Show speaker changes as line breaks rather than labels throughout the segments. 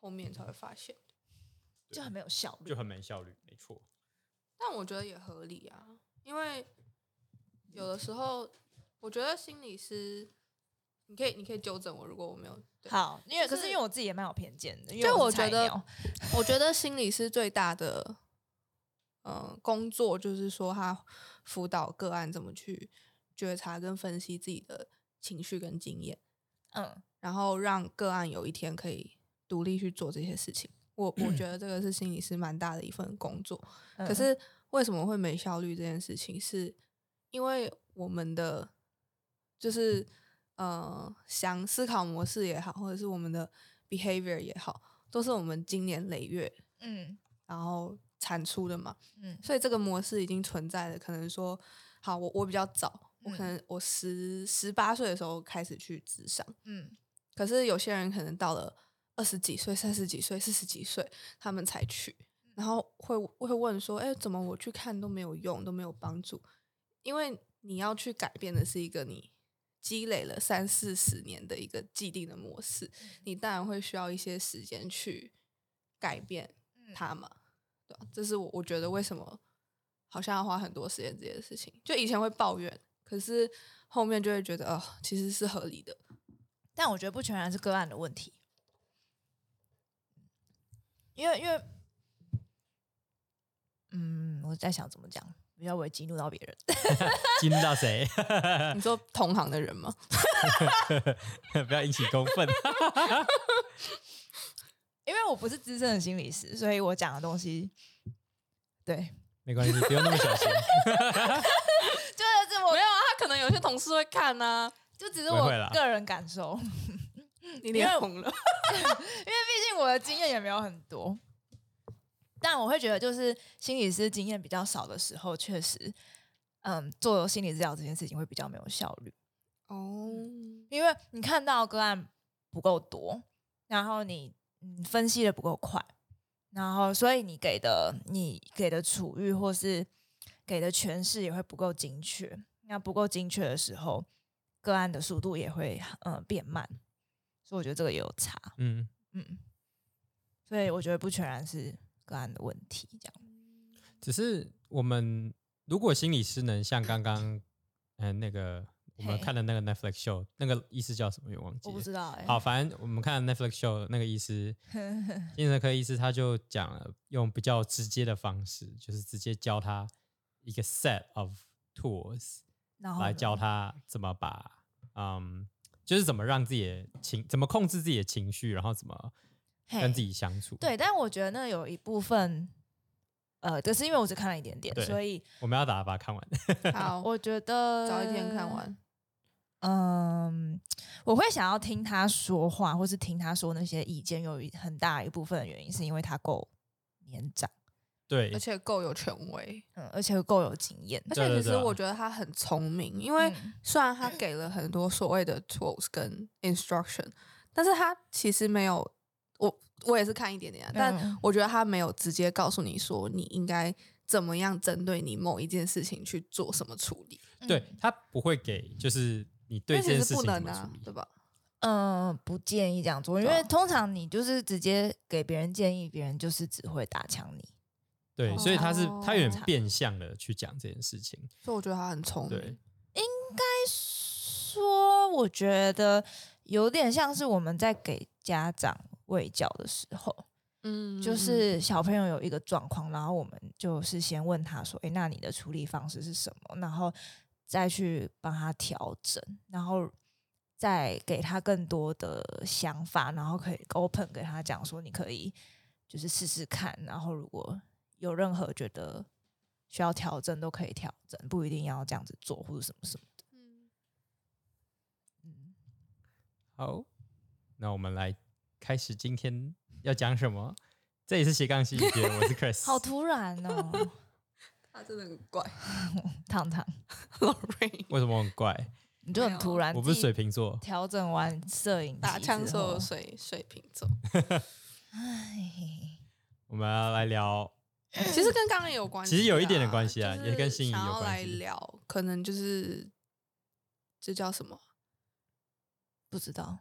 后面才会发现，
就很没有效率
就。很没效率，没错。
但我觉得也合理啊，因为有的时候我觉得心理师，你可以你可以纠正我，如果我没有对
好，因为
就
可
是
是因为我自己也蛮有偏见的，因
就
为
我
是菜
觉得
鸟
我觉得心理师最大的呃工作就是说他辅导个案怎么去觉察跟分析自己的情绪跟经验，
嗯，
然后让个案有一天可以独立去做这些事情。我我觉得这个是心理师蛮大的一份工作。
嗯
可是为什么会没效率这件事情，是因为我们的就是呃想思考模式也好，或者是我们的 behavior 也好，都是我们经年累月
嗯
然后产出的嘛。
嗯
所以这个模式已经存在了。可能说，好，我我比较早，我可
嗯
能我十十八岁的时候开始去职场，
嗯
可是有些人可能到了二十几岁、三十几岁、四十几岁，他们才去，
嗯
然后会会问说：“哎，怎么我去看都没有用，都没有帮助？”因为你要去改变的是一个你积累了三四十年的一个既定的模式，
嗯
你当然会需要一些时间去改变
嗯
它嘛，对吧、这是我我觉得为什么好像要花很多时间这件事情。就以前会抱怨，可是后面就会觉得哦，其实是合理的。
但我觉得不全然是个案的问题，因为因为，嗯，我在想怎么讲比较不会激怒到别人。
激怒到谁？
你说同行的人吗？
不要引起公愤。
因为我不是资深的心理师，所以我讲的东西，对，
没关系，不用那么小心。
就是这我
没有啊，他可能有些同事会看啊呐、
就只是
不
我
会啦
个人感受，因为
嗯你脸红了，
毕竟我的经验也没有很多。但我会觉得，就是心理师经验比较少的时候，确实，嗯，做心理治疗这件事情会比较没有效率。
哦，
因为你看到个案不够多，然后你嗯分析的不够快，然后所以你给的你给的处遇或是给的诠释也会不够精确。那不够精确的时候，个案的速度也会呃变慢，所以我觉得这个也有差。
嗯，
嗯，所以我觉得不全然是个案的问题，这样。
只是我们如果心理师能像刚刚嗯、呃那个我们
嘿
看的那个 Netflix show，那个医师叫什么？我忘记
我
了
不。知道哎、
好，反正我们看 Netflix show 那个医 师，精神科医师，他就讲了用比较直接的方式，就是直接教他一个 set of tools
然后呢
哦
来教他怎么把嗯，就是怎么让自己的情，怎么控制自己的情绪，然后怎么跟
嘿
自己相处。，
对，但我觉得那有一部分，呃，可是因为我只看了一点点，
对
所以
我们要打把它看完。
好，
我觉得
早一天看。完。
嗯，我会想要听他说话，或是听他说那些意见，有一很大一部分的原因是因为他够年长，
对
而，且够有权威，
嗯，而且够有经验。
而且
对对
其实
对啊
我觉得他很聪明，因为
嗯
虽然他给了很多所谓的 tools 跟 instruction，但是他其实没有，我我也是看一点点啊，但
嗯
我觉得他没有直接告诉你说你应该怎么样针对你某一件事情去做什么处理，
嗯
对他不会给，就是你
嗯
对
那
这
其
件
实
事
不
情怎
能
么
啊
处理，
对吧？
嗯，不建议这样做，因
对
为
啊
通常你就是直接给别人建议，别人就是只会打枪你。
对，所以他是他有
哦
点变相的去讲这件事情。
所以我觉得他很聪
对
明，，
说，我觉得有点像是我们在给家长喂教的时候，
嗯
就是小朋友有一个状况，然后我们就是先问他说：“诶，那你的处理方式是什么？”然后再去帮他调整，然后再给他更多的想法，然后可以 open 给他讲说：“你可以就是试试看，然后如果有任何觉得需要调整，都可以调整，不一定要这样子做或者什么什么。”
好，那我们来开始今天要讲什么。这里是斜杠西语节， 我是 Chris。
好突然哦，
他真的很怪
糖糖，
，Lorraine
为什么很怪？
你就很突然，
我不是
自
水
己
瓶座，
调整完摄影
打
机
枪
之
说
后
我水水瓶座，
我们要来聊
其实跟刚刚也有关系啊，
其实有一点点关系啊
就是
也跟心仪有
想要
关
来
系
聊，可能就是这叫什么？
不知道。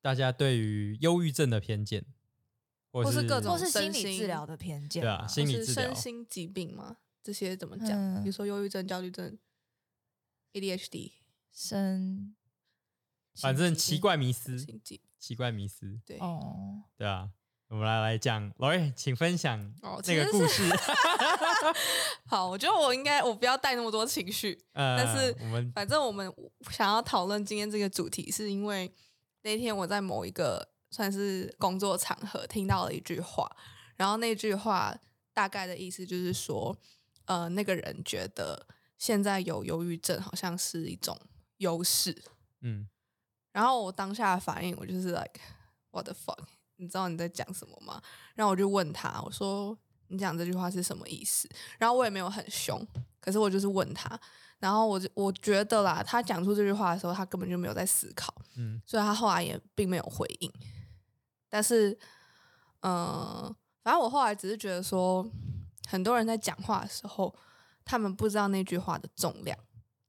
大家对于忧郁症的偏见。或
或是各
或
种
是心
身
理治
心
疗的偏见
对啊
嘛，
就
心理
是
治疗
身心疾病嘛，这些怎么讲？
嗯
比如说忧郁症、焦虑症、ADHD，
身，
反正奇怪迷思，
心疾
奇怪迷思，
对。
哦，
对啊。我们来来讲，老瑞，请分享
哦
那
其
个
实
故事。
好，我觉得我应该我不要带那么多情绪，
呃，
但是
我们
反正我们想要讨论今天这个主题，是因为那天我在某一个算是工作场合听到了一句话，然后那句话大概的意思就是说，呃，那个人觉得现在有忧郁症好像是一种优势，
嗯，
然后我当下的反应，我就是 like what the fuck，你知道你在讲什么吗？然后我就问他，我说你讲这句话是什么意思？然后我也没有很凶，可是我就是问他。然后我就我觉得啦，他讲出这句话的时候，他根本就没有在思考，
嗯
所以他后来也并没有回应。但是，嗯、反正我后来只是觉得说，很多人在讲话的时候，他们不知道那句话的重量。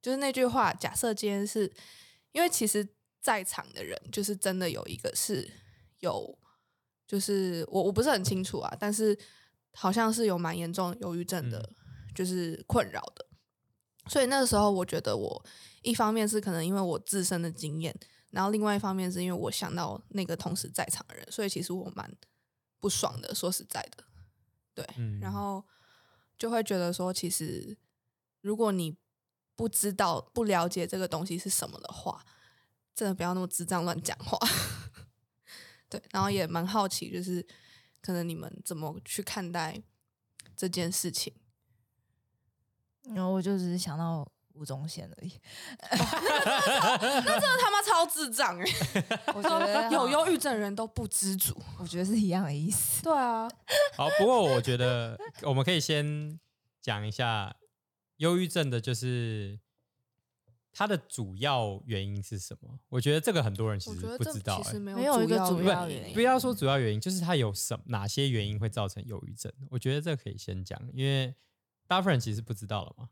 就是那句话，假设今天是因为其实在场的人，就是真的有一个是有，就是我我不是很清楚啊，但是好像是有蛮严重的忧郁症的，
嗯
就是困扰的。所以那个时候，我觉得我一方面是可能因为我自身的经验，然后另外一方面是因为我想到那个同时在场的人，所以其实我蛮不爽的。说实在的，对，
嗯，
然后就会觉得说，其实如果你不知道、不了解这个东西是什么的话，真的不要那么智障乱讲话。 对，然后也蛮好奇，就是可能你们怎么去看待这件事情？
然后我就只是想到吴宗宪而已，
真的他妈超智障哎、欸！
我觉得
有忧郁症的人都不知足。
我觉得是一样的意思。
对啊，
好，不过我觉得我们可以先讲一下忧郁症的，就是它的主要原因是什么？我觉得这个很多人其
我
实
觉得
不
这
知道、
其实
欸。
没有
没有一个主
主
要
原
原因
不要说主要原因，就是它有什哪些原因会造成忧郁症？我觉得这个可以先讲，因为大部分人其实不知道了嘛。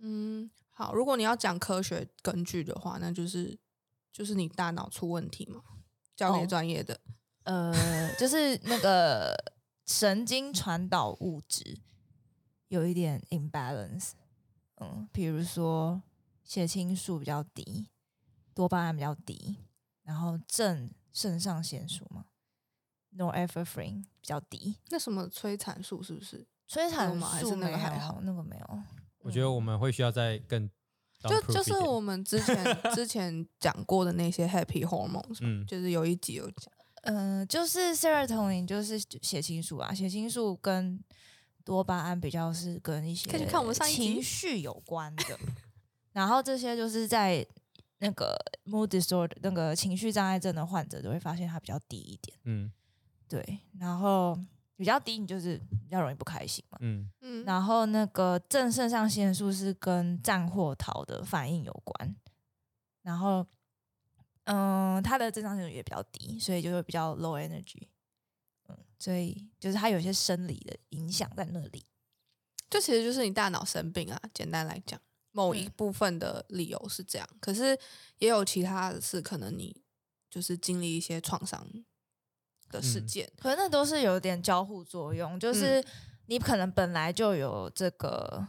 嗯，好，如果你要讲科学根据的话，那就是就是你大脑出问题嘛，交给
哦
专业的。
呃，就是那个神经传导物质有一点 imbalance，嗯，比如说血清素比较低，多巴胺比较低，然后正肾上腺素嘛，norepinephrine 比较低，
那什么催产素是不是？
催产
吗还
素
是那
没
个还
有
好，
那个没有，
我觉得
嗯
我们会需要再更
就
downproof
就
一
是
点
我们之前 之前讲过的那些 happy hormones，嘛、
嗯
就是有一集有讲，
嗯、就是 serotonin 就是血清素啊，血清素跟多巴胺比较是跟一些
可以去看我们上一集
情绪有关的， 然后这些就是在那个 mood disorder 那个情绪障碍症的患者都会发现它比较低一点，
嗯
对，然后比较低你就是比较容易不开心嘛，
嗯
嗯，
然后那个正肾上腺素是跟战或逃的反应有关，然后嗯，它的正上腺素也比较低，所以就会比较 low energy。嗯，所以就是它有一些生理的影响在那里。
就其实就是你大脑生病啊，简单来讲，某一
嗯
部分的理由是这样，可是也有其他的是可能你就是经历一些创伤的事
嗯
件，
可能那都是有点交互作用，
嗯
就是你可能本来就有这个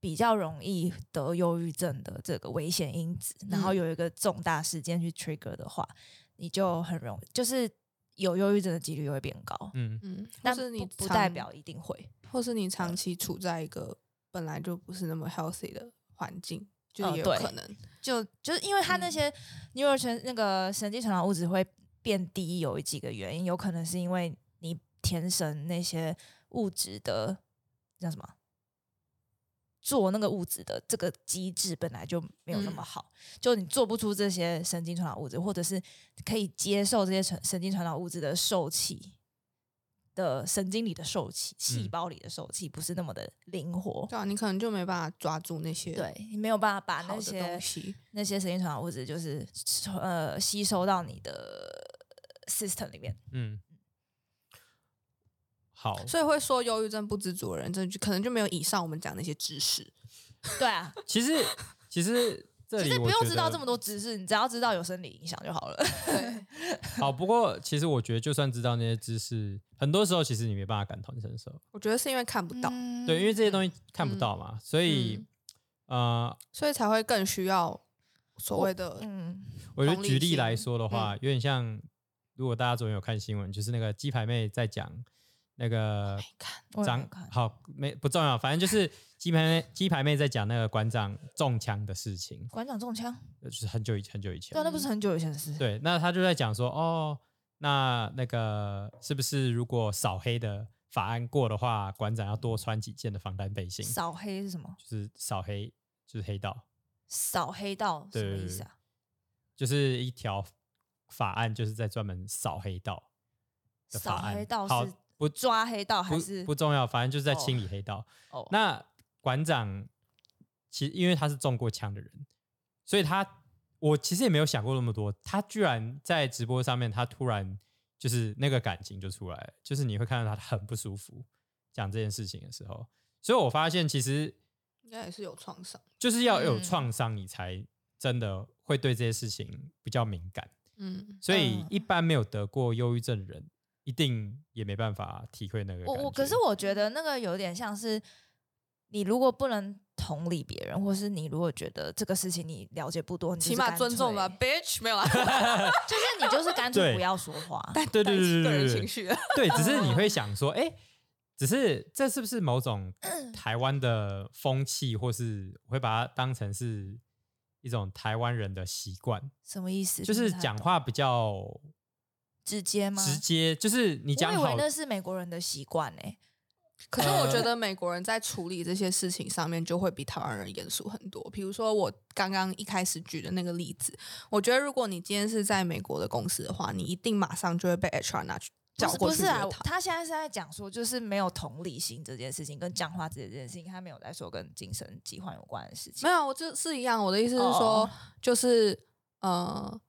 比较容易得忧郁症的这个危险因子，然后
嗯
有一个重大事件去 trigger 的话，你就很容易就是有忧郁症的几率就会变高，
嗯
嗯，
但
或是你
不不
长
代表，一定会。
或是你长期处在一个本来就不是那么 healthy 的环境，就
哦
也有
对
可能，
就就是因为它那
嗯
些 neural 传那个神经传导物质会变低，有几个原因，有可能是因为你天生那些物质的叫什么做那个物质的这个机制本来就没有那么
嗯
好，就你做不出这些神经传导物质，或者是可以接受这些神神经传导物质的受气。的神经里的受气，细
嗯
胞里的受气不是那么的灵活，
对啊，你可能就没办法抓住那些
对你没有办法把
好
那
的
些
东西，
那些神经传导物质就是呃吸收到你的 system 里 面。
嗯，好，
所以会说忧郁症不知 足的人，这就可能就没有以上我们讲那些知识。
对啊，
其实其实这
其
里
实
我
不用
觉
知道
得
这么 多知识，你只要知道有生理影响就好了。
对，
好，不过其实我觉得，就算知道那些知识，很多时候其实你没办法感同身受。
我觉得是因为看
嗯
不到，
对，因为这些东
西，
西看不
嗯
到嘛，所以、
嗯
呃，
所以才会更需要所谓的
嗯，
我觉得
同
举
理
例来
心嗯
说的话，有点像，如果大家昨天有看新闻，就是那个鸡排妹在讲那个
哎看，
我也没
长
看
好没不重要，反正就是鸡排妹鸡排妹在讲那个馆长中枪的事情，呃
馆长中枪，
就是很久以很久以前
对啊，。那不是很久以前的事。
对，那他就在讲说，哦，那那个是不是如果扫黑的法案过的话，馆长要多穿几件的防弹背心，
扫黑是什么？
就是扫黑，就是黑道，
扫黑道什么
对
意思啊？
就是一条法案，就是在专门扫黑道的法
扫
案。
黑道
好
是
不
抓黑道还
不
是
不重要，反正就是在
哦
清理黑道。
哦
那馆长其实因为他是中过枪的人，所以他我其实也没有想过那么多，他居然在直播上面，他突然就是那个感情就出来了，就是你会看到他很不舒服，讲这件事情的时候，所以我发现其实
应该也是有创伤。
就是要有
嗯
创伤，你才真的会对这些事情比较敏感。
嗯，
所以
嗯
一般没有得过忧郁症的人，一定也没办法体会那个
我
感
我可是
觉
我觉得那个有点像是，你如果不能同理别人，或是你如果觉得这个事情你了解不多，你就是
起码
干
尊重
脆
吧，bitch，没有啦， 啊
就是你就是干脆
对
不要说话。
对对对对
个
对
人
对
情绪了。
对，只是你会
嗯
想说，哎、只是这是不是某种
嗯
台湾的风气，或是我会把它当成是一种台湾人的习惯，
什么意思？
就是
听不太
讲
懂
话比较
直接吗？
直接，就是你讲
我以为
好，
那是美国人的习惯欸呢。
可是我
呃
觉得美国人在处理这些事情上面就会比台湾人严肃很多。比如说我刚刚一开始举的那个例子，我觉得如果你今天是在美国的公司的话，你一定马上就会被 HR 拿去
不
叫
是
过
不
去
是
约
啊
谈。，
他现在是在讲说，就是没有同理心这件事情，跟讲话这件事情，他没有在说跟精神疾患有关的事情。
没有，我这是一样。我的意思是
哦
说
哦
就是呃，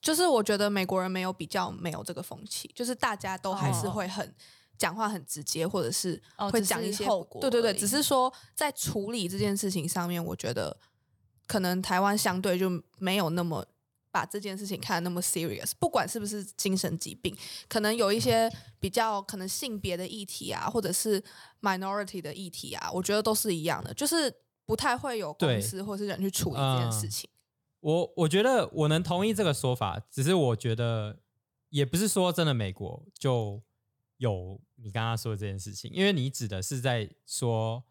就是我觉得美国人没有比较，没有这个风气，就是大家都还是
哦
会很。讲话很直接，或者是
哦
会
只
讲一
是
些、
后果
对对
而
对，
已
只是说在处理这件事情上面，我觉得可能台湾相对就没有那么把这件事情看得那么 serious，不管是不是精神疾病，可能有一些比较可能性别的议题啊，或者是 minority 的议题啊，我觉得都是一样的，就是不太会有
对
公司或是人去处理这件事情。
我我觉得我能同意这个说法，只是我觉得也不是说真的美国就有你刚刚说的这件事情，因为你指的是在说，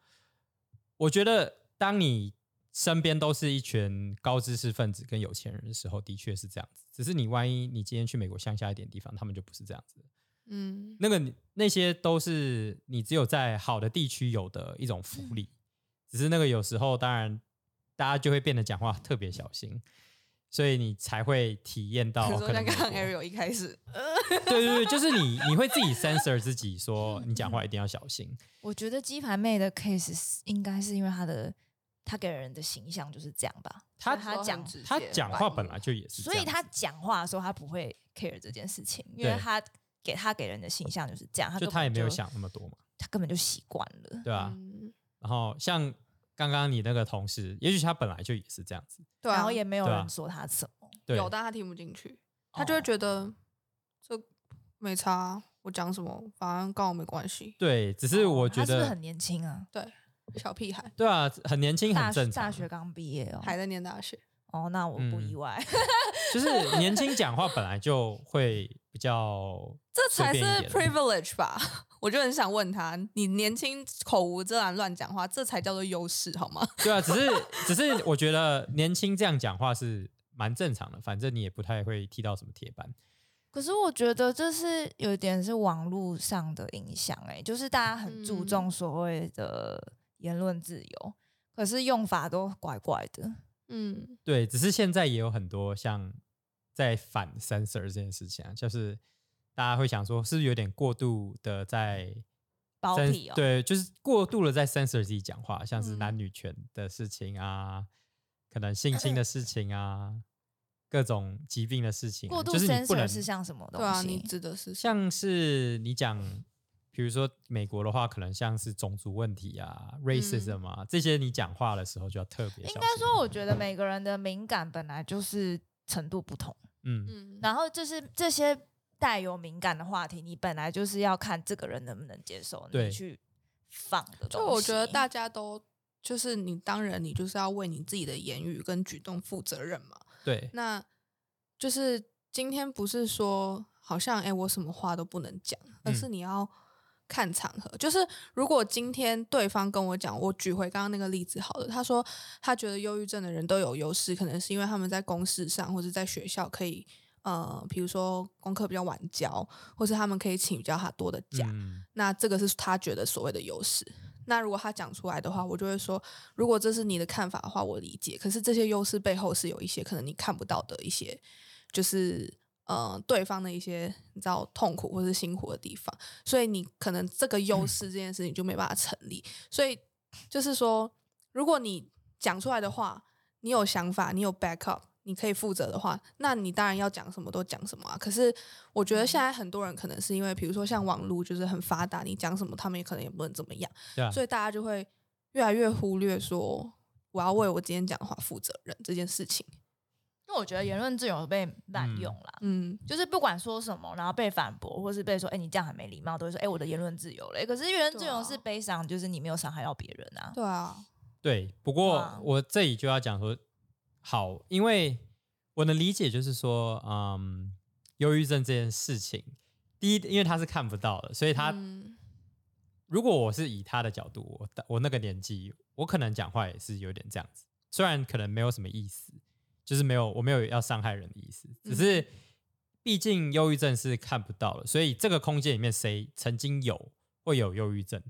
我觉得当你身边都是一群高知识分子跟有钱人的时候，的确是这样子。只是你万一你今天去美国乡下一点地方，他们就不是这样子。
嗯，
那个你那些都是你只有在好的地区有的一种福
嗯
利，只是那个有时候当然大家就会变得讲话特别小心，所以你才会体验到
比如
哦可
说
能
像
美
刚
国。
刚 Ariel 一开始，
对对对，就是你你会自己 censor 自己，说
嗯
你讲话一定要小心。
我觉得鸡排妹的 case 是应该是因为她的她给人的形象就是这样吧，
她
所以她讲，
直接
他讲话本来就也是这
所
样
以
子，
她讲话的时候她不会 care 这件事情，因为
对
她给她给人的形象就是这样，她
就
根
他也
本
没有
就，
想那么多嘛，
她根本就习惯了。
对吧、
嗯
然后像刚刚你那个同事，也许他本来就也是这样子，
对啊，
然后也没有
对啊
人说她什么，
对，哦
有，但他听不进去，他就会觉得这没差啊，我讲什么反正跟我没关系，
对，只是
哦
我
她
觉
是不
得
是很年轻啊，
小屁孩
对啊，很年轻
大
很
学
正常
大
啊，
学刚毕业哦，
还在念大学，
哦，那我不意
嗯
外，
就是年轻讲话本来就会比较，
这才
随
是
便一点
privilege 吧？ 我就很想问他，你年轻口无遮拦乱讲话，这才叫做优势好吗？
对啊，只是 只是我觉得年轻这样讲话是蛮正常的，反正你也不太会踢到什么铁板。
可是我觉得这是有点是网络上的影响，哎，就是大家很注重所谓的言论自由，可是用法都怪怪的。
啊
嗯，
对，只是现在也有很多像在反 censor 这件事情啊，就是大家会想说，是不是有点过度的在
包
cen-
庇哦
对，就是过度的在 censor 自己讲话，像是
嗯
男女权的事情啊，可能性侵的事情啊，各种疾病的事情啊、
过度
就是你不
censor
能
是像什么东
对啊，
西？
你指的是
像是你讲，比比如说美国的话，可能像是种族问题啊、racism 啊、这些，你讲话的时候就要特别小
应
心。
该说，我觉得每个人的敏感本来就是程度不同，
嗯，
嗯，
然后就是这些带有敏感的话题，你本来就是要看这个人能不能接受，
对
你去放的东西。
就我觉得大家都就是你当人，你就是要为你自己的言语跟举动负责任嘛。
对，
那就是今天不是说好像哎、诶我什么话都不能讲，而是你要看场合。就是如果今天对方跟我讲，我举回刚刚那个例子好了，他说他觉得忧郁症的人都有优势，可能是因为他们在公事上或者在学校可以。呃，比如说功课比较晚交，或是他们可以请比较他多的假，
嗯，
那这个是他觉得所谓的优势。那如果他讲出来的话，我就会说，如果这是你的看法的话，我理解。可是这些优势背后是有一些可能你看不到的一些，就是呃对方的一些你知道痛苦或是辛苦的地方，所以你可能这个优势这件事情就没办法成立。所以就是说，如果你讲出来的话，你有想法，你有 backup，你可以负责的话，那你当然要讲什么都讲什么啊。可是我觉得
嗯
现在很多人可能是因为，比如说像网络就是很发达，你讲什么他们也可能也不能怎么样，
对啊，
所以大家就会越来越忽略说我要为我今天讲的话负责任这件事情。
因为我觉得言论自由被滥用啦。
嗯，
就是不管说什么，然后被反驳，或是被说“哎、你这样很没礼貌”，都会说“哎、我的言论自由嘞”。可是言论自由是悲伤，就是你没有伤害到别人啊。
啊对啊，
对，不
对
过
啊
我这里就要讲说，好，因为我能理解就是说，嗯，忧郁症这件事情，第一，因为他是看不到的，所以他、
嗯
如果我是以他的角度，我我那个年纪，我可能讲话也是有点这样子，虽然可能没有什么意思，就是没有我没有要伤害人的意思，只是毕竟忧郁症是看不到的，所以这个空间里面谁曾经有会有忧郁症，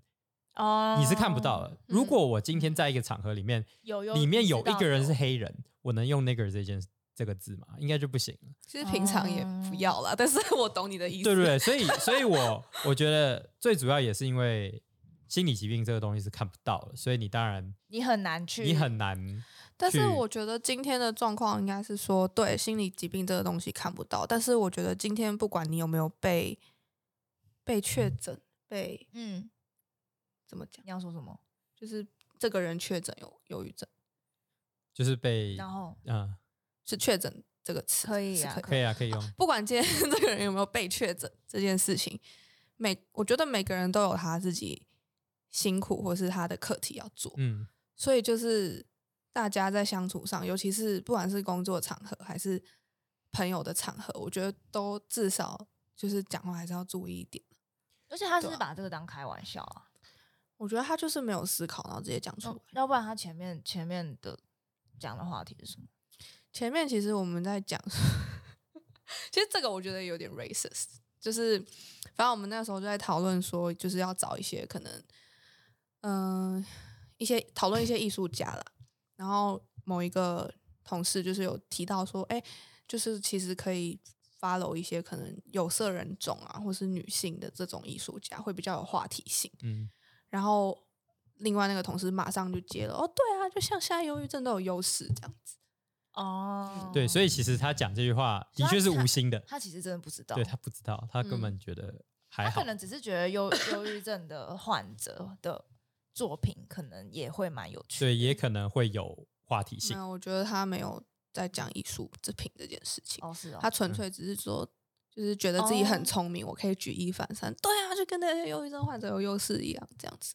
哦
你是看不到的。如
嗯
果我今天在一个场合里面。
有有
里面有
知
一
道
个人是黑人，我能用 nigger 这件这个字吗？应该就不行了。
其实平常也不要啦，但是 我懂你的意思。
哦对对对，所以所以我我觉得最主要也是因为心理疾病这个东西是看不到的，所以你当然
你很难去，
你很难
但是
去
我觉得今天的状况应该是说，对心理疾病这个东西看不到，但是我觉得今天不管你有没有被被确诊，被
嗯，
怎么讲，
你要说什么？
就是这个人确诊有忧郁症，
就是被
然后
嗯
是确诊这个词
可以
是可
啊
以
可以啊可以 用
不管今天 这个人有没有被确诊这件事情，每我觉得每个人都有他自己辛苦或是他的课题要做，
嗯
所以就是大家在相处上，尤其是不管是工作场合还是朋友的场合，我觉得都至少就是讲话还是要注意一点。
而且他是
对啊
把这个当开玩笑啊，
我觉得他就是没有思考，然后直接讲出来。
要不然他前面前面的讲的话题是什么？
前面其实我们在讲， 其实这个我觉得有点 racist，就是反正我们那时候就在讨论说，就是要找一些可能，嗯、一些讨论一些艺术家啦。然后某一个同事就是有提到说，哎、就是其实可以 follow 一些可能有色人种啊，或是女性的这种艺术家，会比较有话题性。
嗯
然后另外那个同事马上就接了，哦，对啊，就像现在忧郁症都有优势这样子。
哦，
对，所以其实他讲这句话的确是无心的，
嗯他其实真的不知道，
对他不知道，他根
嗯
本觉得还
他
好
可，能只是觉得忧忧郁症的患者的作品可能也会蛮有趣的。
对，也可能会有话题
嗯
性
没。有，我觉得他没有在讲艺术这品这件事情，
哦，是哦，
他
嗯
纯粹只是说，就是觉得自己很
哦
聪明，我可以举一反三。对啊，就跟那些忧郁症患者有优势一样，这样子。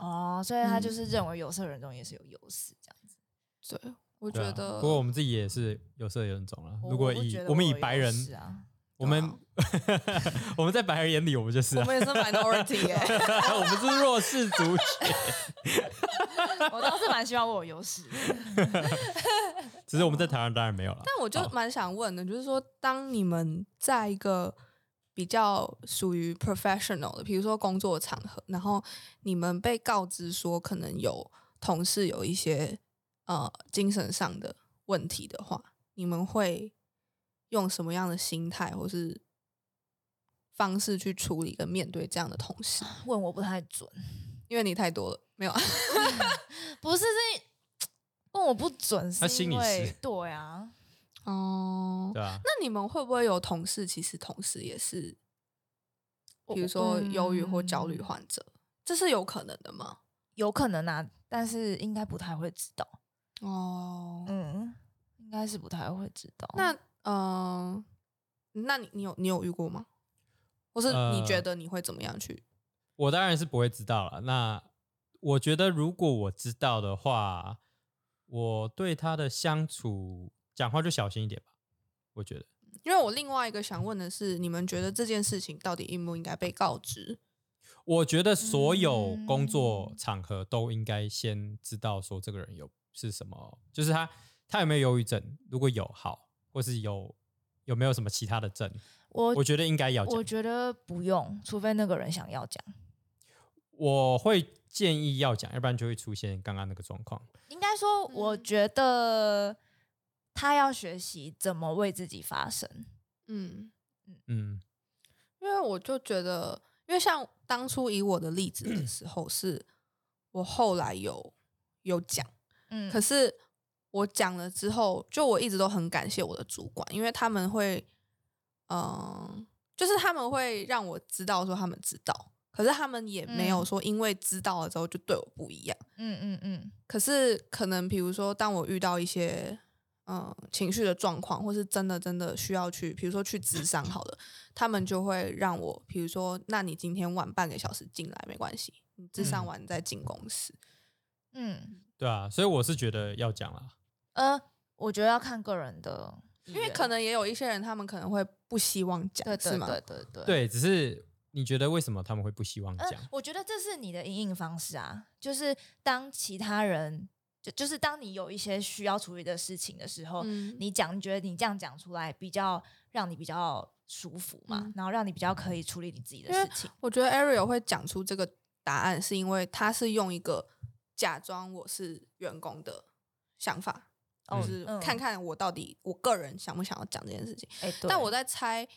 哦，所以他
嗯
就是认为有色人种也是有优势这样子。
对，我觉
对啊
得，
不过我们自己也是有色有种了。如果
不
以
觉得
我们以
有
白
优
人
势啊，
我们 我们在白人眼里，我们就是、
我
啊、
们也是 minority 耶、
我们是弱势族群，
我倒是蛮希望我有优势的。
只是我们在台湾当然没有了。
但我就
好
蛮想问的，就是说，当你们在一个比较属于 professional 的，比如说工作场合，然后你们被告知说可能有同事有一些呃精神上的问题的话，你们会用什么样的心态或是方式去处理跟面对这样的同事？
问我不太准，
因为你太多了，没有啊？
不是是问我不准，
他
是因
心理
为
师
对啊，
哦
对啊，
那你们会不会有同事？其实同事也是比如说忧郁或
嗯
焦虑患者，这是有可能的吗？
有可能啊，但是应该不太会知道。
哦，
嗯，应该是不太会知道。
那嗯，那你你有你有遇过吗？或是你觉
呃
得你会怎么样去？
我当然是不会知道了。那我觉得，如果我知道的话，我对他的相处讲话就小心一点吧。我觉得，
因为我另外一个想问的是，你们觉得这件事情到底应不应该被告知？
我觉得所有
嗯
工作场合都应该先知道说这个人有是什么，就是他他有没有忧郁症，如果有好，或是有有没有什么其他的症，
我
我觉得应该要讲
我。觉得不用，除非那个人想要讲。
我会建议要讲，要不然就会出现刚刚那个状况。
应该说，我
嗯
觉得他要学习怎么为自己发声。
嗯，
嗯，
因为我就觉得，因为像当初以我的例子的时候，是我后来有有讲，
嗯，
可是我讲了之后，就我一直都很感谢我的主管，因为他们会，嗯、就是他们会让我知道说他们知道，可是他们也没有
嗯
说因为知道了之后就对我不一样。
嗯嗯嗯
可是可能比如说，当我遇到一些嗯情绪的状况，或是真的真的需要去，比如说去咨商好了，他们就会让我，比如说，那你今天晚半个小时进来没关系，你咨商
嗯
完再进公司。
嗯，
对啊，所以我是觉得要讲啦。
呃，我觉得要看个人的意
嗯
愿，
因为可能也有一些人，他们可能会不希望讲，
对对
是吗？
对对对。
对，只是你觉得为什么他们会不希望
呃
嗯、
讲？
我觉得这是你的应应方式啊，就是当其他人就就是当你有一些需要处理的事情的时候，
嗯
你讲，你觉得你这样讲出来比较让你比较舒服嘛，
嗯
然后让你比较可以处理你自己的
因为
事情。
我觉得 Ariel 会讲出这个答案，是因为他是用一个假装我是员工的想法，
哦
就是
嗯
看看我到底我个人想不想要讲这件事情。
哎、对
但我在猜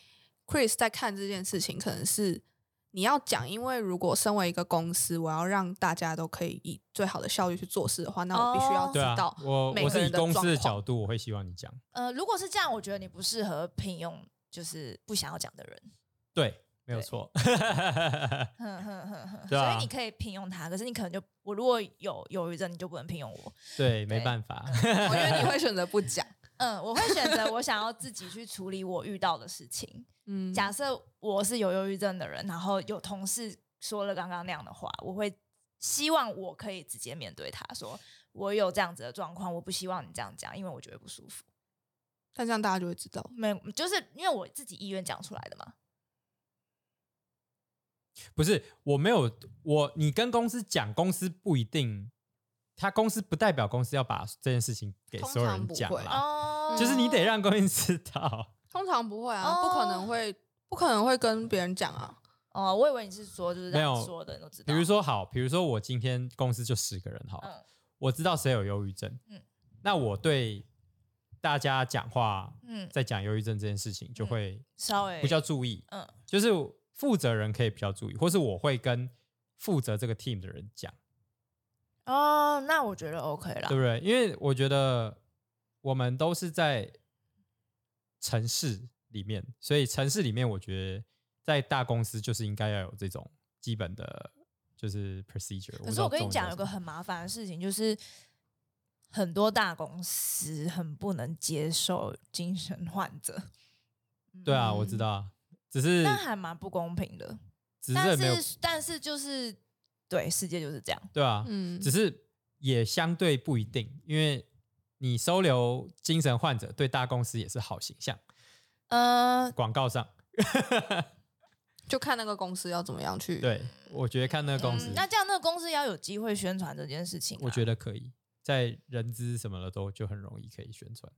，Chris 在看这件事情，可能是你要讲，因为如果身为一个公司，我要让大家都可以以最好的效率去做事的话，那我必须要
哦
知
对啊
道，
我
每
我
个
是以
人的
公司
状
的
况
角度，我会希望你讲。
呃，如果是这样，我觉得你不适合聘用就是不想要讲的人。
对，没有
对
错。
哼哼哼哼
对啊
所以你可以聘用他，可是你可能就我如果有忧郁症，你就不能聘用我。
对，
对
没办法。
我觉得你会选择不 讲。
嗯，我会选择我想要自己去处理我遇到的事情。
嗯，
假设我是有忧郁症的人，然后有同事说了刚刚那样的话，我会希望我可以直接面对他说，我有这样子的状况，我不希望你这样讲，因为我觉得不舒服。
但这样大家就会知道。
没，就是因为我自己意愿讲出来的嘛。
不是，我没有我，你跟公司讲，公司不一定，他公司不代表公司要把这件事情给
通
所有
常
人
不
讲
会
啦，
哦
啊就是你得让公司知道。
通常不会啊，不可能
哦
会，不可能会跟别人讲啊。
哦，我以为你是说就是
没
让
有
你说的人都知道，
比如说好，比如说我今天公司就十个人好了，
嗯
我知道谁有忧郁症，
嗯
那我对大家讲话，
嗯，
在讲忧郁症这件事情
嗯
就会
稍微
比较注意，
嗯
就是负责人可以比较注意，或是我会跟负责这个 team 的人讲，
哦，那我觉得 OK 啦
对。不对？因为我觉得我们都是在城市里面，所以城市里面，我觉得在大公司就是应该要有这种基本的，就是 procedure。
可是我
不知道
跟你
中文叫
讲，有
什
个
么
很麻烦的事情，就是很多大公司很不能接受精神患者。
对啊，
嗯
我知道，啊，只是
那还蛮不公平的。
只是
但
没有
是但是就是对，世界就是这样。
对啊，
嗯，
只是也相对不一定，因为你收留精神患者对大公司也是好形象，
呃，
广告上
就看那个公司要怎么样去。，
对，我觉得看那个公司，
嗯那这样那个公司要有机会宣传这件事情啊、
我觉
得
得可以，在人资什么的都就很容易可以宣传，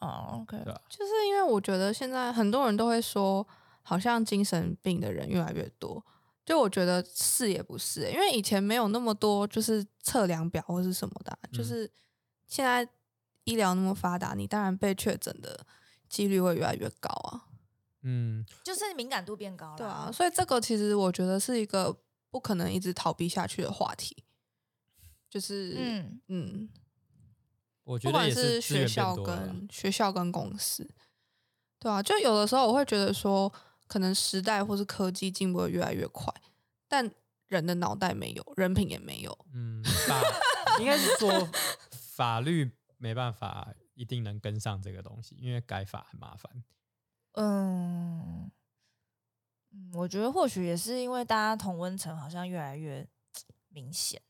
哦，OK，
对吧、啊
就是因为我觉得现在很多人都会说，好像精神病的人越来越多。就我觉得是也不是、欸因为以前没有那么多就是测量表或是什么的啊、就
嗯
是现在医疗那么发达，你当然被确诊的几率会越来越高啊。
嗯，
就是敏感度变高了。
对啊，，所以这个其实我觉得是一个不可能一直逃避下去的话题，就是嗯
嗯，
我觉
不
得
管
也资
学
源
校
变多了啦，
跟学校跟公司，对啊，就有的时候我会觉得说，可能时代或是科技进步的越来越快，但人的脑袋没有，人品也没有。
嗯，法应该是说法律没办法一定能跟上这个东西，因为改法很麻烦。
嗯，嗯我觉得或许也是因为大家同温层好像越来越明显，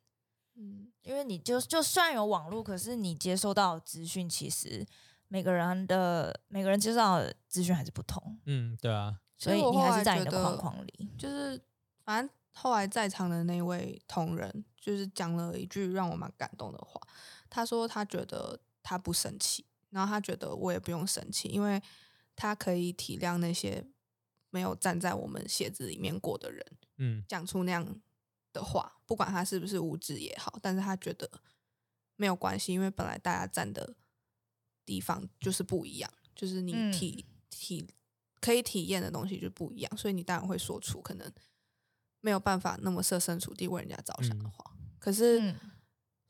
嗯，
因为你就就算有网络，可是你接收到的资讯，其实每个人的每个人接收到的资讯还是不同，
嗯，对啊，
所以
我
你
后
还
来
是在你
觉
的
得
框框里。
就是反正后来在场的那位同仁，就是讲了一句让我蛮感动的话。他说他觉得他不生气，然后他觉得我也不用生气，因为他可以体谅那些没有站在我们鞋子里面过的人。
嗯
讲出那样的话，不管他是不是无知也好，但是他觉得没有关系，因为本来大家站的地方就是不一样，就是你
嗯
体、体可以体验的东西就不一样，所以你当然会说出可能没有办法那么设身处地为人家着想的
嗯
话。可是
嗯，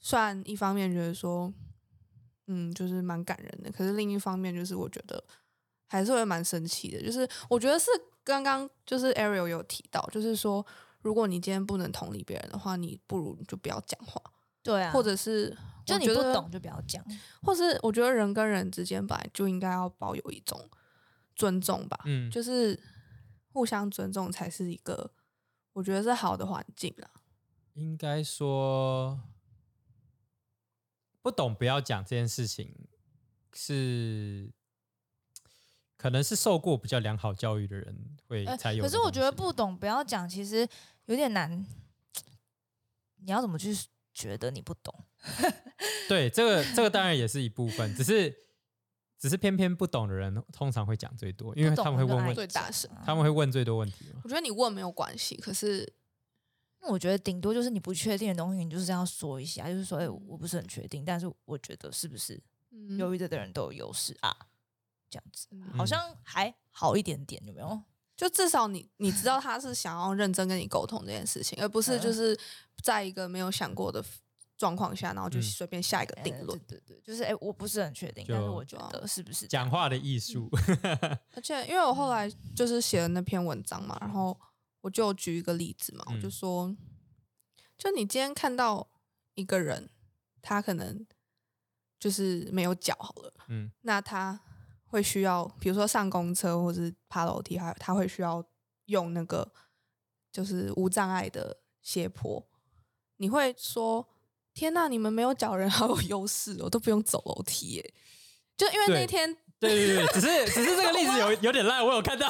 虽然一方面觉得说，嗯，就是蛮感人的，可是另一方面就是我觉得还是会蛮生气的。就是我觉得是刚刚就是 Ariel 有提到，就是说如果你今天不能同理别人的话，你不如你就不要讲话，
对啊，
或者是
就
我
你
觉
不
得
懂就不要讲。
或是我觉得人跟人之间本来就应该要保有一种尊重
啊
吧，
嗯，
就是互相尊重才是一个我觉得是好的环境啦。
应该说不懂不要讲这件事情是。可能是受过比较良好教育的人会
呃
才有、
可是我觉得不，懂不要讲，其实有点难。你要怎么去觉得你不懂？
对这个这个当然也是一部分，只是只是偏偏不懂的人通常会讲最多，因为
不懂
他们会
就
问
爱
问
对大声
讲啊
他们会问最多问题嘛。
我觉得你问没有关系，可是
那我觉得顶多就是你不确定的东西，你就是要说一下，就是说，哎、我不是很确定，但是我觉得是不是
嗯
犹豫着的人都有优势啊？这样子
嗯
好像还好一点点，有没有？
就至少你你知道他是想要认真跟你沟通这件事情，而不是
嗯
就是在一个没有想过的状况下，然后就
嗯
随便下一个定
呃
论。
对对对，就是哎、我不是很确定，但是
就
我觉得是不是这样
讲话的艺术，
嗯
而且因为我后来就是写了那篇文章嘛，然后我就举一个例子嘛，
嗯
我就说，就你今天看到一个人，他可能就是没有脚好了，
嗯
那他会需要，比如说上公车或是爬楼梯，还他会需要用那个就是无障碍的斜坡，你会说：“天呐，你们没有脚人好有优势哦，我都不用走楼梯耶！”就因为
对
那天
对对对，只 是只是这个例子有有点烂，我有看到。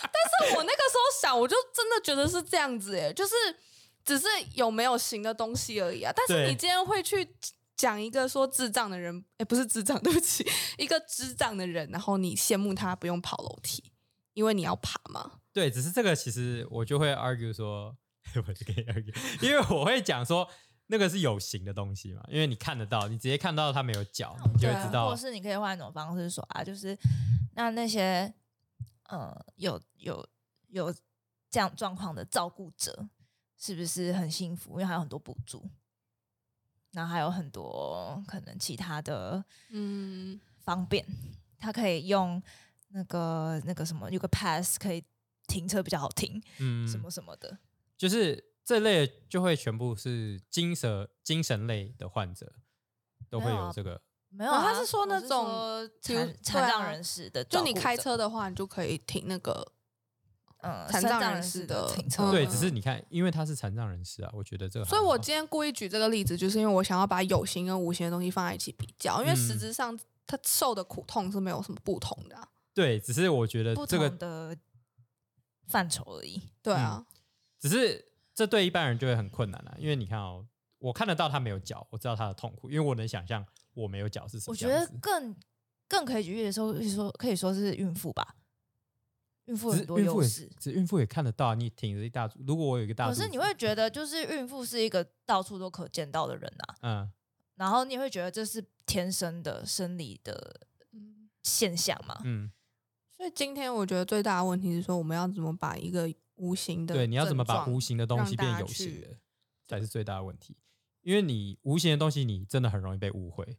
但是我那个时候想，我就真的觉得是这样子耶，就是只是有没有行的东西而已啊。但是
对
你今天会去讲一个说智障的人，哎，不是智障，对 不起，一个智障的人，然后你羡慕他不用跑楼梯，因为你要爬嘛。
对，只是这个其实我就会 argue 说， 我就可以 argue，因为我会讲说那个是有形的东西嘛，因为你看得到，你直接看到它没有脚，你就
对
会
啊，
知道
或者。是你可以换一种方式说啊，就是那那些呃有有有这样状况的照顾者，是不是很幸福？因为还有很多补助，然后还有很多可能其他的
嗯，
方便，他可以用那个那个什么有个 pass 可以停车比较好停，
嗯，
什么什么的。
就是这类就会全部是精神精神类的患者都会
没有
有
啊
这个。
没有、
哦
啊，
他是说那
我
种
说
比如
残
对
残
啊
障人士的照
就
顾者，
你开车的话，你就可以停那个，
嗯，
残
身
障
障
人
人
士
士
的
停车，
嗯
对，只是你看，因为他是残障人士啊，我觉得这个还好。
所以我今天故意举这个例子，就是因为我想要把有形跟无形的东西放在一起比较，因为实
嗯
质上他受的苦痛是没有什么不同的啊、
对，只是我觉得
嗯
不
这个
同的范畴而已。
对啊，
只是这对一般人就会很困难了、因为你看哦，我看得到他没有脚，我知道他的痛苦，因为我能想象我没有脚是什
我
么
觉
样
得
子。
更更可以举例的时候，可以说可以说是孕妇吧，孕妇有
只
很
是
多
孕妇
优
也，
势。
只是孕妇也看得到啊，你挺着一大肚，如果我有一个大
可
肚子，
是你会觉得，就是孕妇是一个到处都可见到的人啊，
嗯，
然后你会觉得这是天生的生理的
嗯
现象嘛？
嗯，
所以今天我觉得最大的问题是说，我们要怎么把一个无形的
对，你要怎么
症
把
状
无形的东西
让大
变
家
有形
去
的，才是最大的问题。因为你无形的东西，你真的很容易被误会，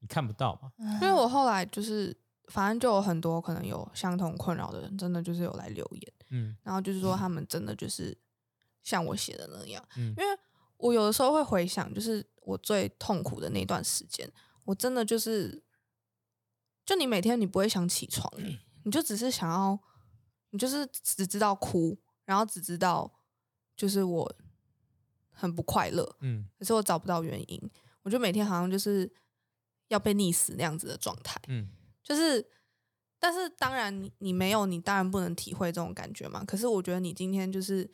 你看不到嘛。
因为我后来就是反正就有很多可能有相同困扰的人，真的就是有来留言，
嗯
然后就是说他们真的就是像我写的那样，
嗯
因为我有的时候会回想，就是我最痛苦的那段时间，我真的就是，就你每天你不会想起床
嗯
欸、你就只是想要，你就是只知道哭，然后只知道就是我很不快乐，
嗯
可是我找不到原因，我就每天好像就是要被溺死那样子的状态。
嗯
就是，但是当然你你没有，你当然不能体会这种感觉嘛。可是我觉得你今天就是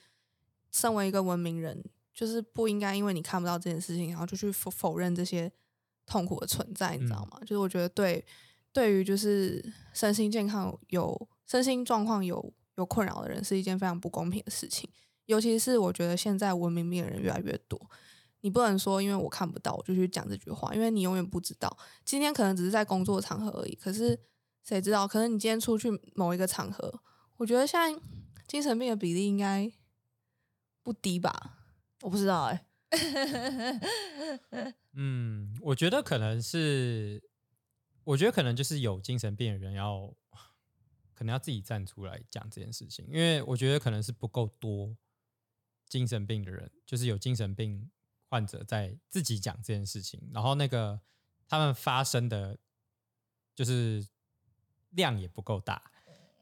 身为一个文明人，就是不应该因为你看不到这件事情，然后就去否否认这些痛苦的存在，你知道吗？就是我觉得对对于就是身心健康有身心状况有有困扰的人，是一件非常不公平的事情。尤其是我觉得现在文明病的人越来越多，你不能说因为我看不到我就去讲这句话，因为你永远不知道。今天可能只是在工作场合而已，可是谁知道？可能你今天出去某一个场合，我觉得现在精神病的比例应该不低吧？
我不知道哎、
嗯，我觉得可能是，我觉得可能就是有精神病的人要，可能要自己站出来讲这件事情，因为我觉得可能是不够多精神病的人，就是有精神病患者在自己讲这件事情，然后那个他们发生的，就是量也不够大。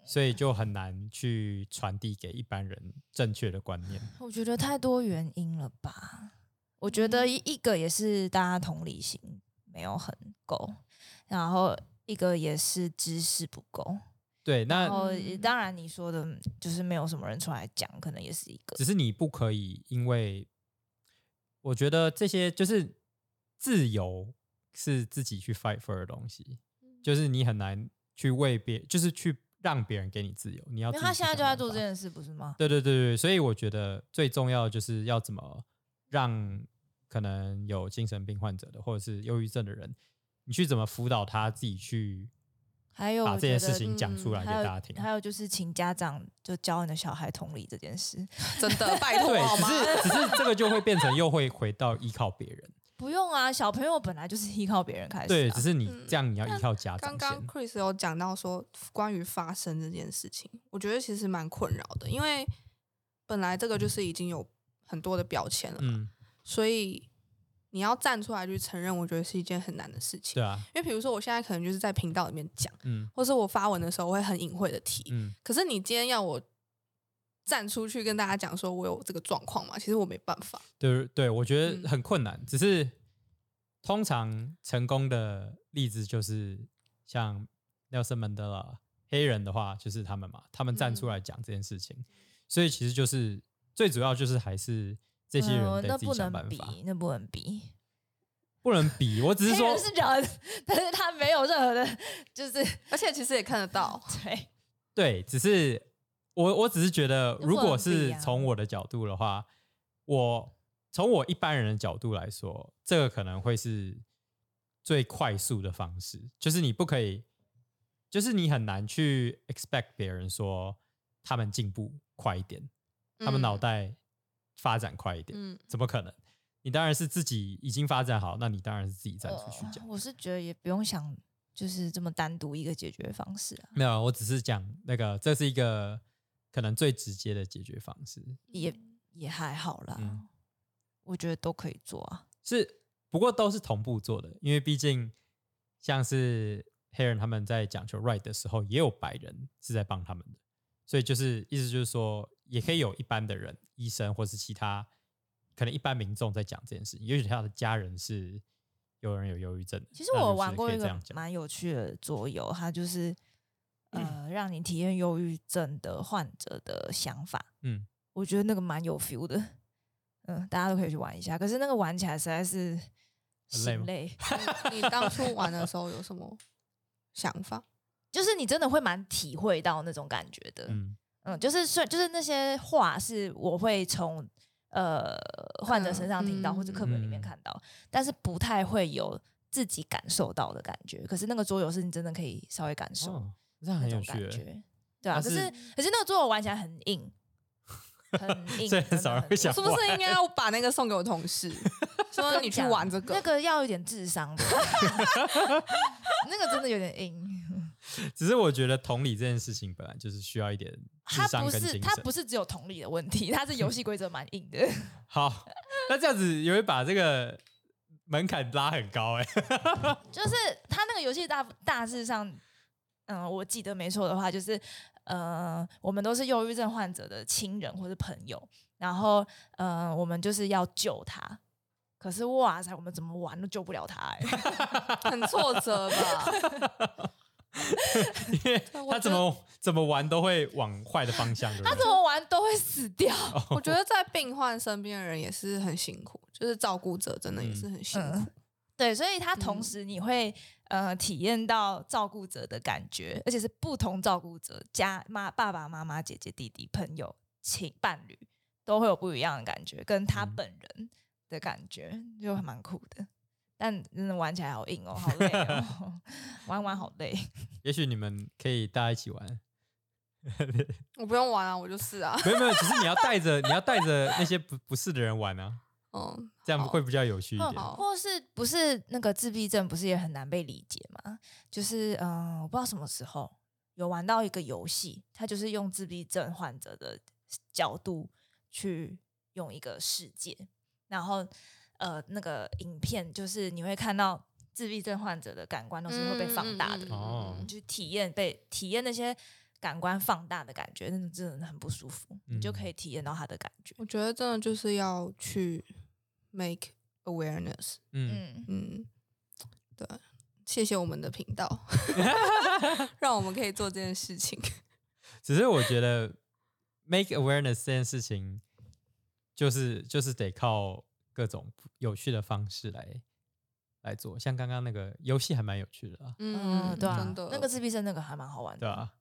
所以就很难去传递给一般人正确的观念。
我觉得太多原因了吧？我觉
嗯
得一一个也是大家同理心没有很够，然后一个也是知识不够，
对，那
然后
嗯
当然你说的就是没有什么人出来讲，可能也是一个
只是你不可以，因为我觉得这些就是自由是自己去 fight for 的东西，
嗯
就是你很难去为别，就是去让别人给你自由，你要
因为
自己
他
去
现在
想
就在
办
做
法
这件事，不是吗？
对对对对，所以我觉得最重要的就是要怎么让可能有精神病患者的或者是忧郁症的人，你去怎么辅导他自己去
还有
把
我
这件
觉
事
得
情讲
嗯
出来给
还
大家听
有。还有就是，请家长就教你的小孩同理这件事，
真的，拜托
对，
好
只
吗？
是只是这个就会变成又会回到依靠别人，
不用啊，小朋友本来就是依靠别人开始、啊，
对，只是你
嗯
这样你要依
但
靠家长
刚
先。
刚 Chris 有讲到说关于发声这件事情，我觉得其实蛮困扰的，因为本来这个就是已经有很多的标签了嘛，
嗯，
所以你要站出来去承认，我觉得是一件很难的事情
对。啊，
因为比如说，我现在可能就是在频道里面讲，
嗯
或是我发文的时候我会很隐晦的提，
嗯
可是你今天要我站出去跟大家讲说我有这个状况嘛，其实我没办法。
对对，我觉得
嗯
很困难。只是通常成功的例子就是像 Nelson Mandela 黑人的话，就是他们嘛，他们站出
嗯
来讲这件事情，所以其实就是最主要就是还是这些
嗯
人得
那
自己
不
想
能
办法，
比，那不能比。
不能比。我只是
黑
说
人，是人，但是他没有任何的，就是
而且其实也看得到，
对，
对，只是我我只是觉得，
就
如
不能
果
比
是
啊
从我的角度的话，我从我一般人的角度来说，这个可能会是最快速的方式，就是你不可以，就是你很难去 expect 别人说他们进步快一点，他
嗯
们脑袋发展快一点，
嗯，
怎么可能？你当然是自己已经发展好，那你当然是自己站出去
呃
讲。
我是觉得也不用想，就是这么单独一个解决方式啊，
没有，我只是讲那个，这是一个可能最直接的解决方式。
也也还好啦。
嗯
我觉得都可以做啊，
是，不过都是同步做的，因为毕竟像是黑人他们在讲求 right 的时候，也有白人是在帮他们的，所以就是意思就是说，也可以有一般的人，医生或是其他可能一般民众在讲这件事情，也许他的家人是有人有忧郁症的。
其实
那就
我
是
玩过
可以
一
这
个
样讲，
蛮有趣的桌游，它就是
嗯
呃，让你体验忧郁症的患者的想法。
嗯，
我觉得那个蛮有 feel 的，嗯，大家都可以去玩一下。可是那个玩起来实在是
很累吗
心累，
你当初玩的时候有什么想 法？
就是你真的会蛮体会到那种感觉的。嗯
嗯
就是虽就是那些话是我会从呃患者身上听到、
嗯
或者课本里面
嗯
看到，但是不太会有自己感受到的感觉。可是那个桌游是你真的可以稍微感受、
哦，这样
那
很有
种
趣
感
欸，
觉，对啊。
它
可
是
是可是那个桌游玩起来很硬。 很硬，
所以
真
很
的
少人会
硬
想
是不是应该要把那个送给我同事，说你去玩这
那
个？
个要有点智商的，那个真的有点硬。
只是我觉得同理这件事情本来就是需要 一点智
它
商
不
跟精
是
神。
它不是只有同理的问题，它是游戏规则蛮硬的。
好， 那这样子也会把这个门槛拉很高哎、
就是他那个游戏大大致上，嗯、我记得没错的话，就是呃，我们都是忧郁症患者的亲人或是朋友，然后呃，我们就是要救他。可是哇塞，我们怎么玩都救不了他、欸，
很挫折吧？
因为
对我
他怎
觉得
么怎么玩都会往坏的方向。对不
他
对
怎么玩都会死掉。
我觉得在病患身边的人也是很辛苦，就是照顾者真的也是很辛苦。
嗯，对，所以他同
嗯
时你会、呃体验到照顾者的感觉，而且是不同照顾者家妈爸爸妈妈姐姐弟弟朋友亲伴侣都会有不一样的感觉，跟他
嗯
本人的感觉、就还蛮酷的。但真的玩起来好硬哦，好累哦，玩玩好累。
也许你们可以大家一起玩，
我不用玩啊，我就是啊。
没有没有，只是你要带着 你要带着那些不不是的人玩啊，
嗯，
这样
好
会比较有趣一点。
好
嗯或是不是那个自闭症不是也很难被理解吗？就是嗯、呃我不知道什么时候有玩到一个游戏，它就是用自闭症患者的角度去用一个世界，然后呃那个影片就是你会看到自闭症患者的感官都是会被放大的，
嗯嗯嗯嗯
哦
你去体验被体验那些。感官放大的感觉，那真的很不舒服，你就可以体验到他的感觉。
我觉得真的就是要去 make awareness，
嗯，
嗯，
嗯，对，谢谢我们的频道， 让我们可以做这件事情。
只是我觉得 make awareness 这件事情，就是就是得靠各种有趣的方式来来做，像刚刚那个游戏还蛮有趣的、啊，
嗯，对啊，
真的
那个自闭症那个还蛮好玩的，
对吧、啊？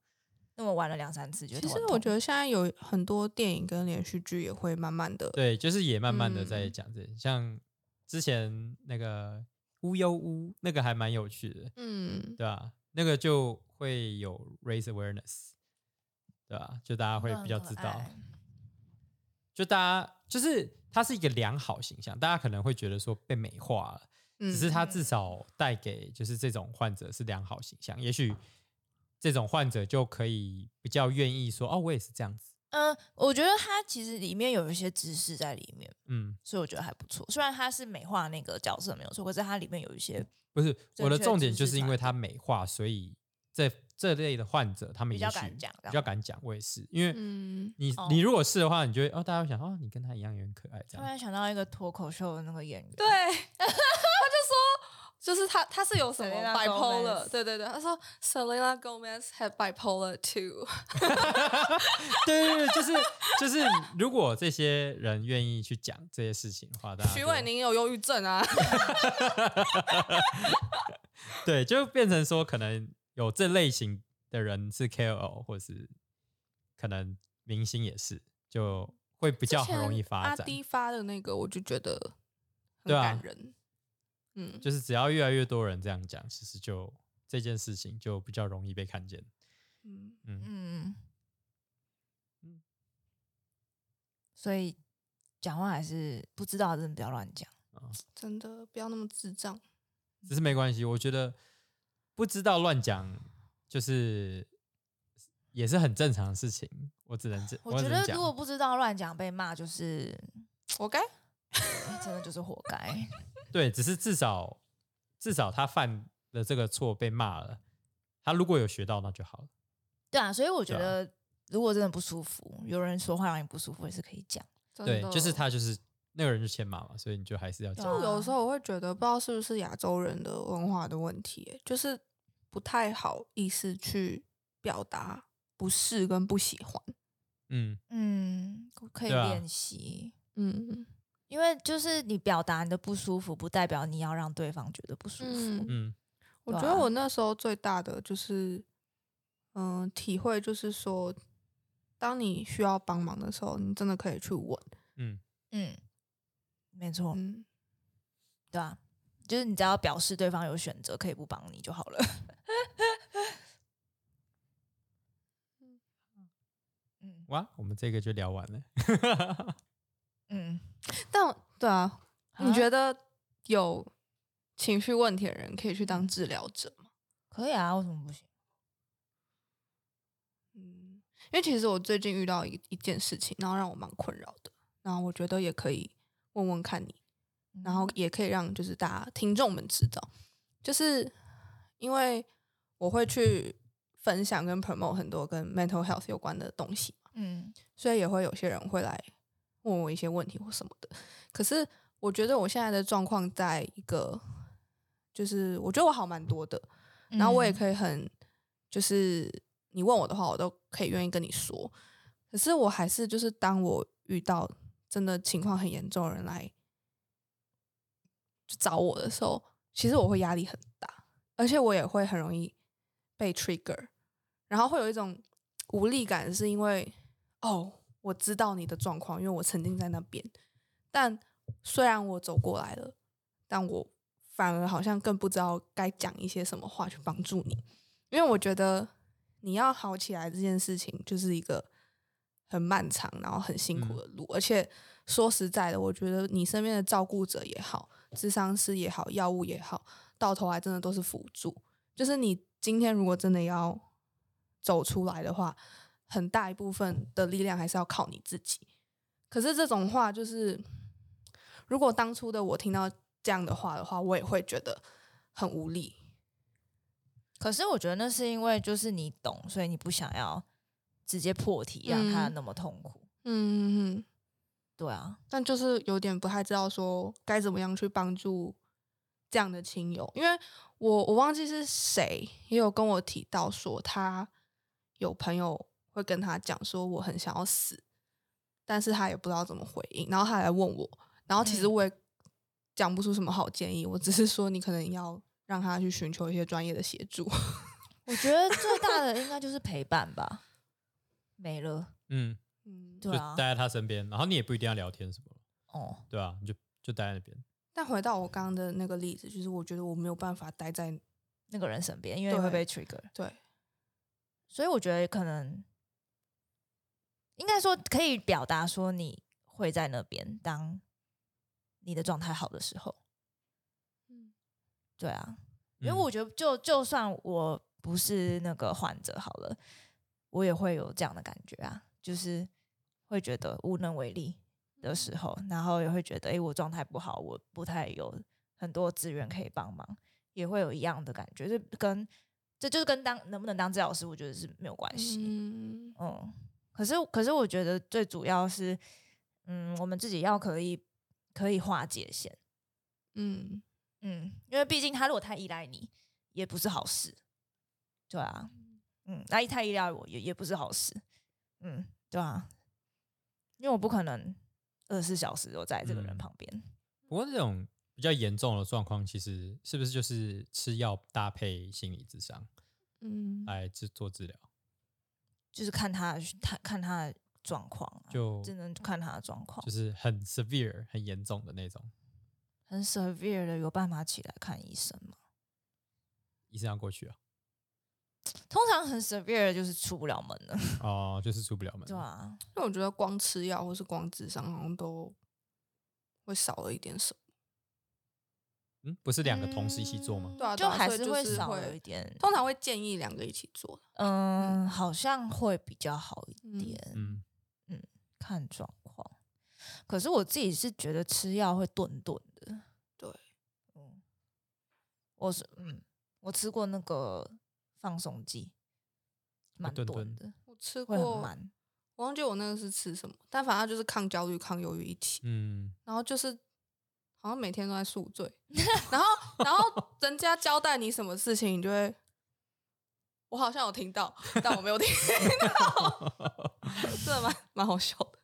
那我玩了两三次，觉得
其
头
实
很
我
痛
觉得现在有很多电影跟连续剧也会慢慢的，
对，就是也慢慢的在
嗯
讲这，像之前那个乌忧乌那个还蛮有趣的，
嗯，
对吧、那个就会有 raise awareness，对吧、就大家会
那嗯很
比较
可
知道
爱，
就大家就是它是一个良好形象，大家可能会觉得说被美化了。只是
嗯
他至少带给就是这种患者是良好形象，也许这种患者就可以比较愿意说哦，我也是这样子，
嗯，我觉得它其实里面有一些知识在里面，
嗯，
所以我觉得还不错。虽然它是美化那个角色没有错，可是它里面有一些
不是我的
正确
重点
知识
就是因
传
为他美化，所以这这类的患者他
比
们也
较
许
敢讲
比较敢讲，我也是，因为
嗯
你、
哦
你如果是的话，你就会哦，大家会想哦，你跟他一样也很可爱
突
这样，
然想到一个脱口秀的那个演员，
对，他就说，就是他他是有什么
Selena
bipolar，
Gomez
对对对，他说 Selena Gomez had bipolar too，
对对对，就是就是如果这些人愿意去讲这些事情的话，大 家
徐
就
伟宁有忧郁症啊，
对，就变成说可能有这类型的人是 KOL，或是可能明星也是，就会比
比
较很容易发
阿
展。
迪发的那个我就觉得很
对啊
感人，嗯，
就是只要越来越多人这样讲，其实就这件事情就比较容易被看见。
嗯。
嗯，
嗯，所以讲话还是不知道，真的不要乱讲。
真的不要那么智障。
只是没关系，我觉得不知道乱讲就是也是很正常的事情。我只能这，
啊我觉
只
得
能讲
如果不知道乱讲被骂，就是哎
我该
真的就是活该。
对，只是至少至少他犯了这个错被骂了，他如果有学到那就好了。
对啊，所以我觉
对啊
得，如果真的不舒服，有人说话让你不舒服也是可以讲。
对，就是
他。
他就是那个人就欠骂嘛，所以你就还是要讲
对啊
就有时候我会觉得，不知道是不是亚洲人的文化的问题、欸就是不太好意思去表达不适跟不喜欢。
嗯，
嗯，可以
对啊
练习，
嗯
因为就是你表达你的不舒服，不代表你要让对方觉得不舒服。
嗯，
嗯
我
对
觉得
啊
我那时候最大的就是，嗯、体会就是说，当你需要帮忙的时候，你真的可以去问。
嗯
嗯，没错，
嗯，
对啊，就是你只要表示对方有选择，可以不帮你就好了。嗯
哇，我们这个就聊完了。
嗯，
但我对啊，你
啊
觉得有情绪问题的人可以去当治疗者吗？
可以啊？为什么不行？
嗯因为其实我最近遇到一一件事情，然后让我蛮困扰的，然后我觉得也可以问问看你，
嗯
然后也可以让就是大家听众们知道，就是因为我会去分享跟 promote 很多跟 mental health 有关的东西嘛，
嗯
所以也会有些人会来问我一些问题或什么的。可是我觉得我现在的状况在一个，就是我觉得我好蛮多的，
嗯，
然后我也可以很，就是你问我的话，我都可以愿意跟你说。可是我还是就是，当我遇到真的情况很严重的人来就找我的时候，其实我会压力很大，而且我也会很容易被 trigger，然后会有一种无力感，是因为哦，我知道你的状况，因为我曾经在那边，但虽然我走过来了，但我反而好像更不知道该讲一些什么话去帮助你，因为我觉得你要好起来这件事情就是一个很漫长，然后很辛苦的路，而且说实在的，我觉得你身边的照顾者也好，智商师也好，药物也好，到头来真的都是辅助，就是你今天如果真的要走出来的话，很大一部分的力量还是要靠你自己。可是这种话就是，如果当初的我听到这样的话的话，我也会觉得很无力。
可是我觉得那是因为就是你懂，所以你不想要直接破题让他
嗯
那么痛苦。
嗯，
对啊，
但就是有点不太知道说该怎么样去帮助这样的亲友，因为我我忘记是谁也有跟我提到说，他有朋友会跟他讲说我很想要死，但是他也不知道怎么回应，然后他来问我，然后其实
嗯
我也讲不出什么好建议，我只是说你可能要让他去寻求一些专业的协 助。
我觉得最大的应该就是陪伴吧，没了。
嗯，
嗯，
就
对啊，
待在他身边，然后你也不一定要聊天什么，
哦，
对啊，你就就待在那边。
但回到我刚刚的那个例子，就是我觉得我没有办法待在
那个人身边，因为你
对
会被 trigger，
对，
所以我觉得可能应该说可以表达说你会在那边，当你的状态好的时候。
嗯
对啊，因为
嗯
我觉得就就算我不是那个患者好了，我也会有这样的感觉啊，就是会觉得无能为力的时候，然后也会觉得，诶，我状态不好，我不太有很多资源可以帮忙，也会有一样的感觉，就跟这就是跟当能不能当治疗师，我觉得是没有关系。
嗯
嗯，可是可是我觉得最主要是，嗯，我们自己要可以可以划界限，
嗯，
嗯，因为毕竟他如果太依赖你，也不是好事。对啊，嗯，那一太依赖我也也不是好事。嗯，对啊，因为我不可能二十四小时都在这个人
嗯
旁边。
不过这种比较严重的状况，其实是不是就是吃药搭配心理智商
嗯
来治做治
啊
疗？
就是看他的他看他的状况、啊，
就
只能看他的哦状况
就，是很 severe、很严重的那种，
很 severe 的有办法起来看医生吗？
医生要过去啊，
通常很 severe 的就是出不了门了，
哦，就是出不了门。
对啊，
因为我觉得光吃药或是光智商好像都会少了一点什么。
嗯，不是两个同时一起做吗？
嗯
对啊对
就
啊
还
所以
是
就
会
是
少
会
有一点。
通常会建议两个一起做。
嗯，好像会比较好一
嗯
点。
嗯，
看状况。可是我自己是觉得吃药会顿顿的。
对，
嗯，我是嗯，我吃过那个放松剂，蛮
顿
顿
顿
的，
我吃
会
过，
很
我
慢。
忘记我那个是吃什么，但反正就是抗焦虑、抗忧郁一起，
嗯，
然后就是。好像每天都在宿醉， 然后然后人家交代你什么事情，你就会，我好像有听到，但我没有听到， 真的蛮蛮好笑的。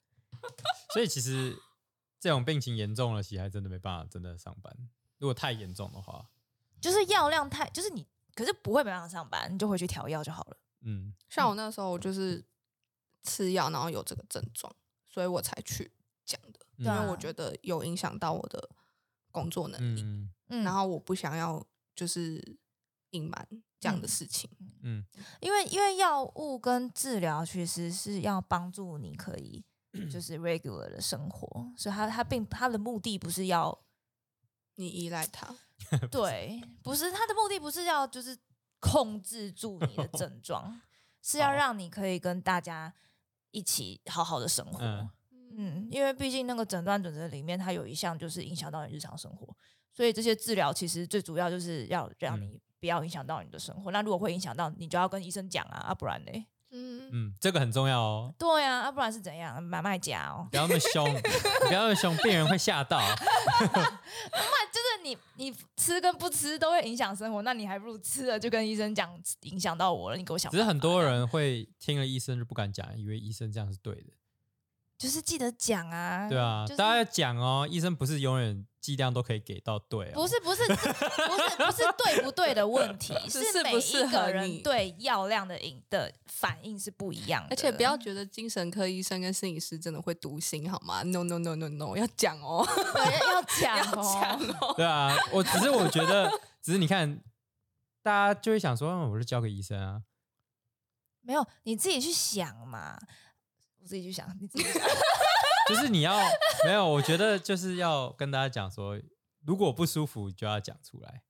所以其实这种病情严重了，其实还真的没办法真的上班。如果太严重的话，
就是药量太，就是你，可是不会没办法上班，你就回去调药就好了。
嗯，
像我那时候，我就是吃药，然后有这个症状，所以我才去讲的。
因
对
因
啊
为我觉得有影响到我的工作能力，
嗯嗯
嗯，
然后我不想要就是隐瞒这样的
嗯
事情。
嗯
因为因为药物跟治疗其实是要帮助你可 以就是 regular 的生活，所以它它并它的目的不是要
你依赖他，
对，不是他的目的不是要就是控制住你的症状，是要
好
让你可以跟大家一起好好的生活。
嗯
嗯，因为毕竟那个诊断准则里面，它有一项就是影响到你日常生活，所以这些治疗其实最主要就是要让
嗯
你不要影响到你的生活。那如果会影响到，你就要跟医生讲啊，啊不然呢？
嗯，
嗯，这个很重要哦，
对呀、啊，啊不然是怎样？买卖家哦，
不要那 么凶，不要那么凶，病人会吓到。
就是你你吃跟不吃都会影响生活，那你还不如吃了就跟医生讲，影响到我了，你给我想
只
办法。
是很多人会听了医生就不敢讲，以为医生这样是对的。
就是记得讲啊，
对啊，
就是
大家要讲哦，医生不是永远剂量都可以给到对、哦，
不是不是不是不是对不对的问题，
是
是
适
每
不适
一
合
个人
你
对药量的影的反应是不一样的，
而且 不要觉得精神科医生跟心理师真的会读心好吗？No No No No No，要讲哦，
对要 要讲
要讲
哦，
哦。
对啊，我只是我觉得，只是你看，大家就会想说，嗯我就交给医生啊。
没有你自己去想嘛，我自己去想，你自己去想
就是你要没有，我觉得就是要跟大家讲说，如果不舒服就要讲出来。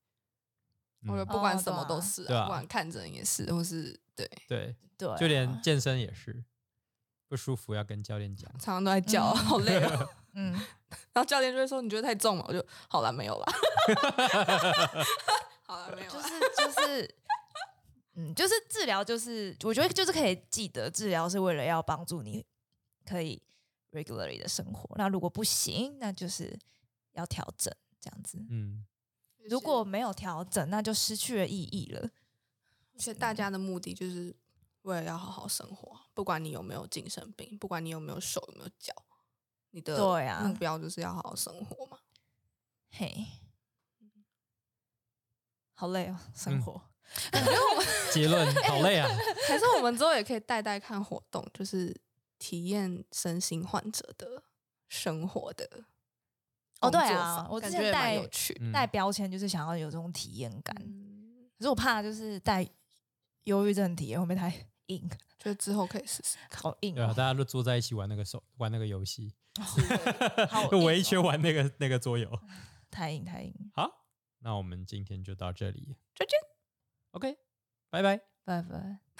嗯
我说不管
哦
什么
对啊
都是、
对啊
不管看诊也是，或是对，
对，
对啊，
就连健身也是，不舒服要跟教练讲。
常常都在叫，
嗯
好累 哦。
嗯，
然后教练就会说：“你觉得太重了。”我就好了，没有了。 好了，没有
就
了。
是就是。嗯，就是治疗，就是我觉得就是可以记得，治疗是为了要帮助你可以 regularly 的生活。那如果不行，那就是要调整这样子。
嗯，
如果没有调整，那就失去了意义了。
其实大家的目的就是为了要好好生活，不管你有没有精神病，不管你有没有手有没有脚，你的
对啊
目标就是要好好生活嘛。
嘿，好累哦，生
嗯
活。
结论好累 啊。
还是我们之后也可以带带看活动，就是体验身心患者的生活的
哦对啊
工作坊
我之
感
前
觉也蛮
带
有趣的。
嗯
带标签就是想要有这种体验感，
嗯，
可是我怕就是带忧郁症体验会不会太硬，
觉得之后可以试 试看。
好硬
对啊，
哦、
大家都坐在一起玩那个手玩那个游戏，
好
就
哎
硬
围一
哦
圈玩那个那 个桌游。
太硬太硬。
好，那我们今天就到这里，
再见。
OK，拜拜。
拜拜。